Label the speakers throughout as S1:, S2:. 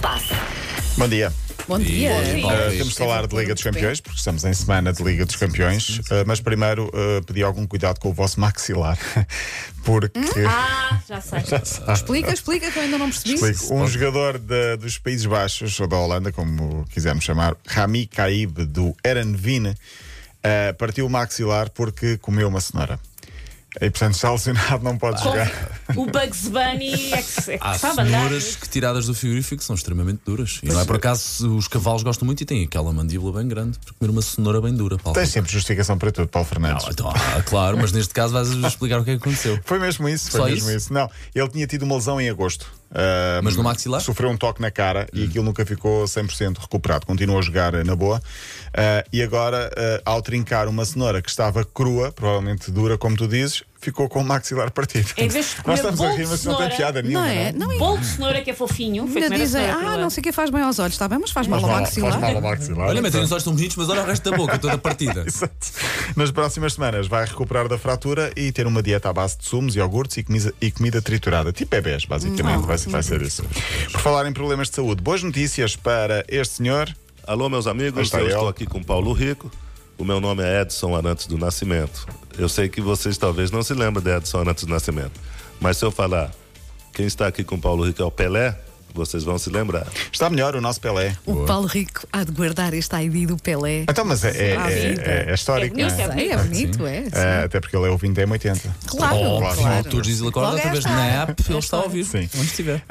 S1: passe.
S2: Bom dia.
S1: Bom dia.
S2: Uh, temos de falar de Liga dos Campeões, porque estamos em semana de Liga dos Campeões, Uh, mas primeiro uh, pedi algum cuidado com o vosso maxilar, porque
S1: Ah, já sei.
S3: Explica, explica que eu ainda não percebi.
S2: explico, um jogador da- dos Países Baixos, ou da Holanda, como quisermos chamar, Rami Kaib, do Erenvine, uh, partiu o maxilar porque comeu uma cenoura. E portanto está lesionado, não pode jogar.
S1: O Bugs Bunny é que, é que
S4: Há
S1: sabe andar.
S4: cenouras que tiradas do frigorífico são extremamente duras. E não é por acaso os cavalos gostam muito e têm aquela mandíbula bem grande para comer uma cenoura bem dura, Paulo.
S2: Tens sempre justificação para tudo, Paulo Fernandes.
S4: Ah, então, ah, claro, mas neste caso vais explicar o que é que aconteceu.
S2: Foi mesmo isso,
S4: Só
S2: foi mesmo
S4: isso?
S2: isso? Não, ele tinha tido uma lesão em agosto. Ah,
S4: Mas no maxilar? Hum.
S2: Sofreu um toque na cara e aquilo nunca ficou 100% recuperado. Continuou a jogar eh, na boa. Ah, e agora, ah, ao trincar uma cenoura que estava crua, provavelmente dura, como tu dizes, ficou com o maxilar partido.
S1: Em vez de comer
S2: Nós estamos
S1: bolo
S2: a rir,
S1: de
S2: mas não tem
S1: cenoura,
S2: piada
S3: Não
S2: nenhuma. né?
S3: é?
S2: não
S3: Não é?
S1: Bolo de cenoura que é fofinho. foi
S3: Ainda
S1: comer a
S3: dizem,
S1: cenoura
S3: ah,
S1: crua.
S3: não sei o que faz bem aos olhos, está bem, mas faz mal
S2: Faz
S3: ao
S2: mal- faz mal
S3: maxilar.
S2: ao maxilar.
S4: Olha, metem os olhos tão bonitos, mas olha o resto da boca toda partida.
S2: Exato. Nas próximas semanas vai recuperar da fratura e ter uma dieta à base de sumos, iogurtes e comida, e comida triturada. Tipo bebés, basicamente. vai, ser- vai ser isso. Por falar em problemas de saúde, boas notícias para este senhor.
S5: Alô, meus amigos,
S2: Está
S5: eu
S2: aí
S5: estou
S2: ela.
S5: aqui com Paulo Rico. O meu nome é Edson Arantes do Nascimento. Eu sei que vocês talvez não se lembrem de Edson Arantes do Nascimento, mas se eu falar quem está aqui com Paulo Rico é o Pelé, vocês vão se lembrar.
S2: Está melhor o nosso Pelé.
S3: O Paulo Rico há de guardar este ID do Pelé.
S2: Então, mas é, é-
S3: Ah,
S2: é-
S3: vida.
S2: é- é histórico,
S1: É
S2: não
S1: bonito,
S2: é?
S3: Sei, é bonito, é. sim.
S2: É, até porque ele é ouvinte da M80.
S3: Claro,
S4: Oh,
S2: claro.
S4: claro. Todos dizem acorda
S3: Logo
S4: outra
S3: é
S4: vez
S3: esta.
S4: na app, ele está a ouvir.
S2: Sim.
S4: Onde estiver.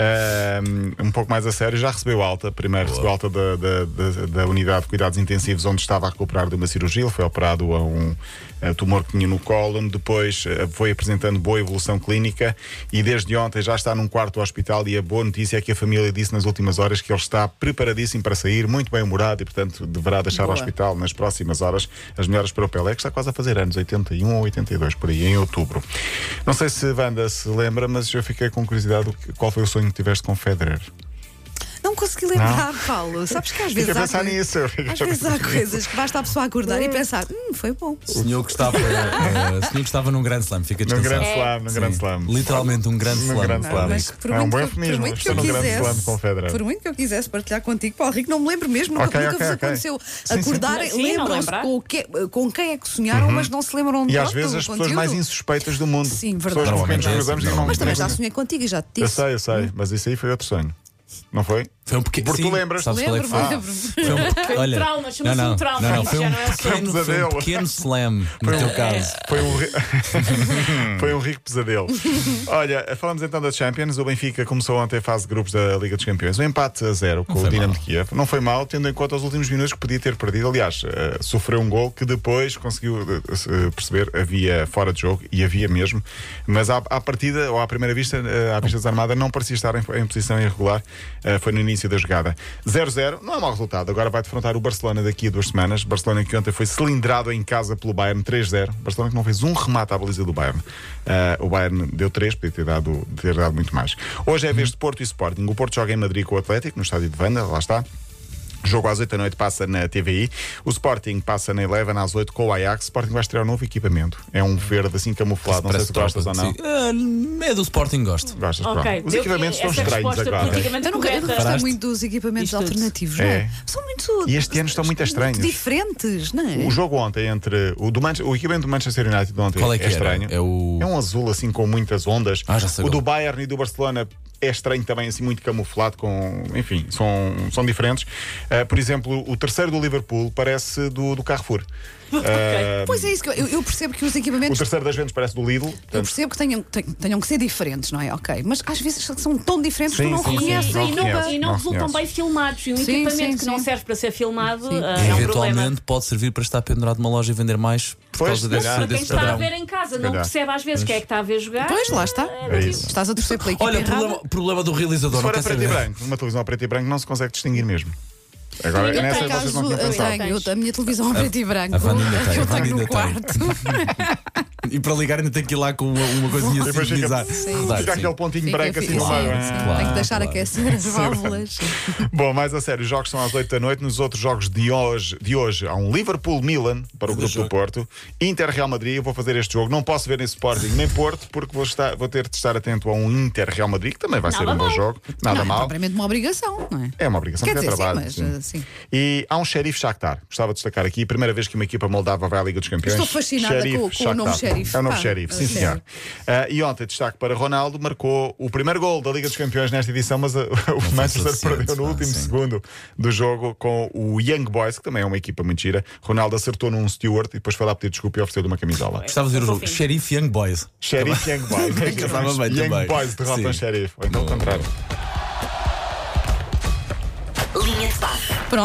S2: Um, um pouco mais a sério, já recebeu alta. Primeiro recebeu alta da, da- da- da unidade de cuidados intensivos, onde estava a recuperar de uma cirurgia. Ele foi operado a um eh, tumor que tinha no cólon. Depois eh, foi apresentando boa evolução clínica e desde ontem já está num quarto hospital. E a boa notícia é que a família disse nas últimas horas que ele está preparadíssimo para sair, muito bem humorado e, portanto, deverá deixar o
S3: Boa.
S2: hospital nas próximas horas. As melhores para o Pelé, que está quase a fazer anos, 81 ou 82, por aí, em outubro. Não sei se Wanda se lembra, mas eu fiquei com curiosidade do que- qual foi o sonho que tiveste com Federer.
S3: Não consegui lembrar, Paulo. Sabes que às vezes.
S2: Fiquei a
S3: há
S2: pensar
S3: coi-
S2: nisso. É. eu fiquei
S3: Às
S2: a
S3: vezes
S2: pensar
S3: há coisas que basta a pessoa acordar e pensar, hum, foi bom.
S4: O senhor que estava, eh, o senhor que estava num grande slam, fica
S2: Num
S4: descansado.
S2: grande
S3: É,
S2: slam, num grande
S4: Sim.
S2: slam.
S4: Literalmente um grande
S2: Num
S4: slam.
S2: grande
S4: Paulo
S2: slam.
S4: Rico.
S3: Mas por
S2: É um
S3: muito,
S2: bom
S3: que-
S2: eufemismo,
S3: por muito que
S2: estou
S3: eu
S2: num grande slam
S3: quisesse,
S2: com o Federer.
S3: por muito que eu quisesse partilhar contigo, Paulo Rico, não me lembro mesmo, nunca,
S2: Ok,
S3: nunca
S2: ok,
S3: vos
S2: ok.
S3: aconteceu
S2: sim. Uhum.
S3: acordarem,
S1: Sim, não
S3: lembram-se
S1: lembrar.
S3: com, o que- com quem é que sonharam, mas não se lembram
S2: E
S3: do
S2: às
S3: do
S2: vezes as pessoas
S3: conteúdo.
S2: mais insuspeitas do mundo.
S3: Sim,
S2: Pessoas
S3: verdade.
S2: com quem nos
S4: Normalmente
S2: cruzamos e
S4: é,
S2: não
S3: Mas também já Uhum.
S2: não-
S3: sonhei contigo e já te
S2: Eu
S3: disse.
S2: sei, eu sei, mas isso aí foi outro sonho. Não foi?
S4: Foi um pequeno.
S2: Porque tu lembras?
S4: Sabes qual é que
S3: Lembro-me,
S4: foi?
S3: lembro-me.
S4: Foi um, olha,
S1: trauma, chama-se
S4: não,
S1: um trauma,
S4: Não, não,
S1: isso
S4: foi
S1: já
S4: um
S1: não é assunto.
S4: pequeno, foi um
S2: Pesadelo.
S4: pequeno slam no teu caso.
S2: Foi um, ri- Foi um rico pesadelo. Olha, falamos então da Champions. O Benfica começou ontem a fase de grupos da Liga dos Campeões. Um empate a zero com
S4: foi
S2: o Dinamo
S4: mal.
S2: de Kiev. Não foi mal, tendo em conta os últimos minutos que podia ter perdido. Aliás, eh, sofreu um gol que depois conseguiu eh, se- perceber havia fora de jogo e havia mesmo. Mas à, à partida, ou à primeira vista, eh, à vista desarmada, não parecia estar em, em posição irregular. Eh, Foi no início da jogada. 0-0, não é mau resultado. Agora vai defrontar o Barcelona daqui a duas semanas. Barcelona que ontem foi cilindrado em casa pelo Bayern 3-0. Barcelona que não fez um remate à baliza do Bayern. Ah, o Bayern deu 3, podia ter dado, ter dado muito mais. Hoje é a vez de Porto e Sporting. O Porto joga em Madrid com o Atlético, no estádio de Vanda, lá está. Jogo às 8 da noite passa na TVI. O Sporting passa na Eleven às 8 com o Ajax. O Sporting vai estrear um novo equipamento. É um verde assim camuflado. Não sei se
S4: Parece
S2: gostas ou
S4: tropa,
S2: não.
S4: sim. Ah, É do Sporting, gosto.
S2: Gostas,
S1: Ok,
S2: pronto. Os
S1: deu-
S2: equipamentos estão
S1: essa
S2: estranhos
S1: resposta
S2: agora.
S1: politicamente
S3: Eu Então nunca eu nunca
S1: correta.
S3: gostei
S4: Paraste?
S3: muito dos equipamentos
S1: Isto tudo.
S3: alternativos, não
S2: É.
S3: é? São muito.
S2: E este ano estão muito estranhos.
S3: Diferentes, não é?
S2: O jogo ontem entre o, do Manchester, o equipamento do Manchester United de ontem
S4: Qual é que era?
S2: estranho.
S4: É o-
S2: um azul assim com muitas ondas.
S4: Ah, já sei
S2: o do
S4: qual.
S2: Bayern e do Barcelona é estranho também, assim muito camuflado com, enfim, são, são diferentes. Ah, por exemplo, o terceiro do Liverpool parece do, do Carrefour. Ah,
S3: Pois é isso que eu, eu percebo que os
S2: o
S3: equipamentos.
S2: terceiro das vendas parece do Lidl.
S3: Eu
S2: Portanto,
S3: percebo que tenham, ten- tenham que ser diferentes, não é? Ok. Mas às vezes são tão diferentes que
S2: Sim,
S3: tu não
S2: sim, sim.
S3: reconheces
S2: Não
S1: E não,
S2: reconheces,
S1: e
S2: não
S1: não resultam
S2: reconheces.
S1: bem filmados. E um
S3: Sim,
S1: equipamento
S3: sim,
S1: que não
S3: sim.
S1: serve para ser filmado
S3: Sim.
S1: ah, é um problema.
S4: Eventualmente pode servir para estar pendurado numa loja e vender mais por
S2: Pois,
S4: causa desse,
S2: mas para
S1: Quem
S4: desse
S1: está a
S4: padrão.
S1: ver em casa não
S2: calhar.
S1: percebe às vezes quem é que está a ver jogar.
S3: Pois lá está.
S2: É isso. É
S3: Estás a torcer pela equipa
S4: Olha,
S3: errada.
S4: problema, problema do realizador,
S2: se for
S4: não
S2: a
S4: quer
S2: preto e
S4: saber.
S2: branco, numa televisão a preto e branco não se consegue distinguir mesmo. Agora,
S1: Eu
S2: nessa
S1: por
S2: vocês
S3: Caso
S2: não tinham
S3: eu
S2: pensado.
S3: tenho eu- a minha televisão a preto e branco,
S4: a Wanda ainda tem,
S3: que eu
S4: a Wanda
S3: tenho no
S4: ainda
S3: quarto.
S4: E para ligar ainda tem que ir lá com uma, uma coisinha assim.
S2: Depois fica-
S4: bizarra.
S3: Sim.
S4: Rodar,
S2: Fica
S4: sim.
S2: aquele pontinho
S3: Fica-
S2: branco assim
S3: fica-
S2: no lado.
S3: sim,
S2: Ah.
S3: sim.
S4: Claro,
S3: Tem que deixar
S4: claro.
S3: aquecer as válvulas.
S2: Bom, mais a sério, os jogos são às 8 da noite. Nos outros jogos de hoje, de hoje há um Liverpool-Milan para o grupo do Porto, Inter-Real Madrid. Eu vou fazer este jogo. Não posso ver nem Sporting nem Porto, porque vou, estar- vou ter de estar atento a um Inter-Real Madrid, que também vai
S1: Nada
S2: ser um bom
S1: mal.
S2: jogo. Nada
S3: não, é
S2: mal.
S3: propriamente uma obrigação, não é?
S2: É uma obrigação
S3: Quer
S2: que é
S3: dizer,
S2: trabalho.
S3: sim, mas eh, sim.
S2: E há um xerife Shakhtar. Gostava de destacar aqui, primeira vez que uma equipa moldava vai à Liga dos Campeões.
S3: Estou fascinada
S2: Xerife
S3: com- com o nome
S2: Shakhtar.
S3: xerife.
S2: É o novo
S3: Pá,
S2: xerife, sim,
S3: a
S2: senhor.
S3: sério.
S2: Ah, e ontem, destaque para Ronaldo, marcou o primeiro gol da Liga dos Campeões nesta edição, mas ah, o Manchester
S4: suficiente,
S2: perdeu no
S4: pá,
S2: último
S4: sim.
S2: segundo do jogo com o Young Boys, que também é uma equipa muito gira. Ronaldo acertou num Stewart e depois foi lá pedir desculpa e ofereceu-lhe uma camisola.
S4: Gostava de ver o jogo.
S1: Fofinho.
S4: Sheriff Young Boys.
S2: Xerife Young Boys.
S4: Acabava bem
S2: Young
S4: também.
S2: Boys derrotam
S4: Sim.
S2: xerife. Ou então o contrário.